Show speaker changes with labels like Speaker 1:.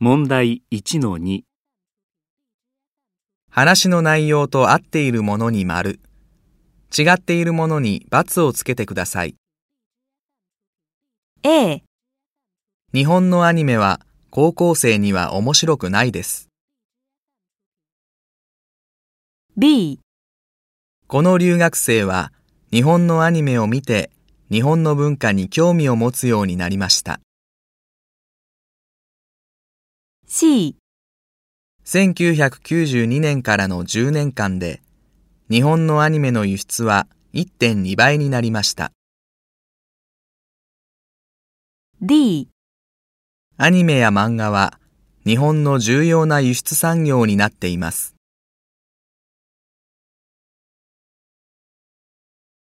Speaker 1: 問題1の2、
Speaker 2: 話の内容と合っているものに丸、違っているものに×をつけてください。
Speaker 3: A、
Speaker 2: 日本のアニメは高校生には面白くないです。
Speaker 3: B、
Speaker 2: この留学生は日本のアニメを見て日本の文化に興味を持つようになりました。
Speaker 3: C、
Speaker 2: 1992年からの10年間で日本のアニメの輸出は1.2倍になりました。
Speaker 3: D、
Speaker 2: アニメや漫画は日本の重要な輸出産業になっています。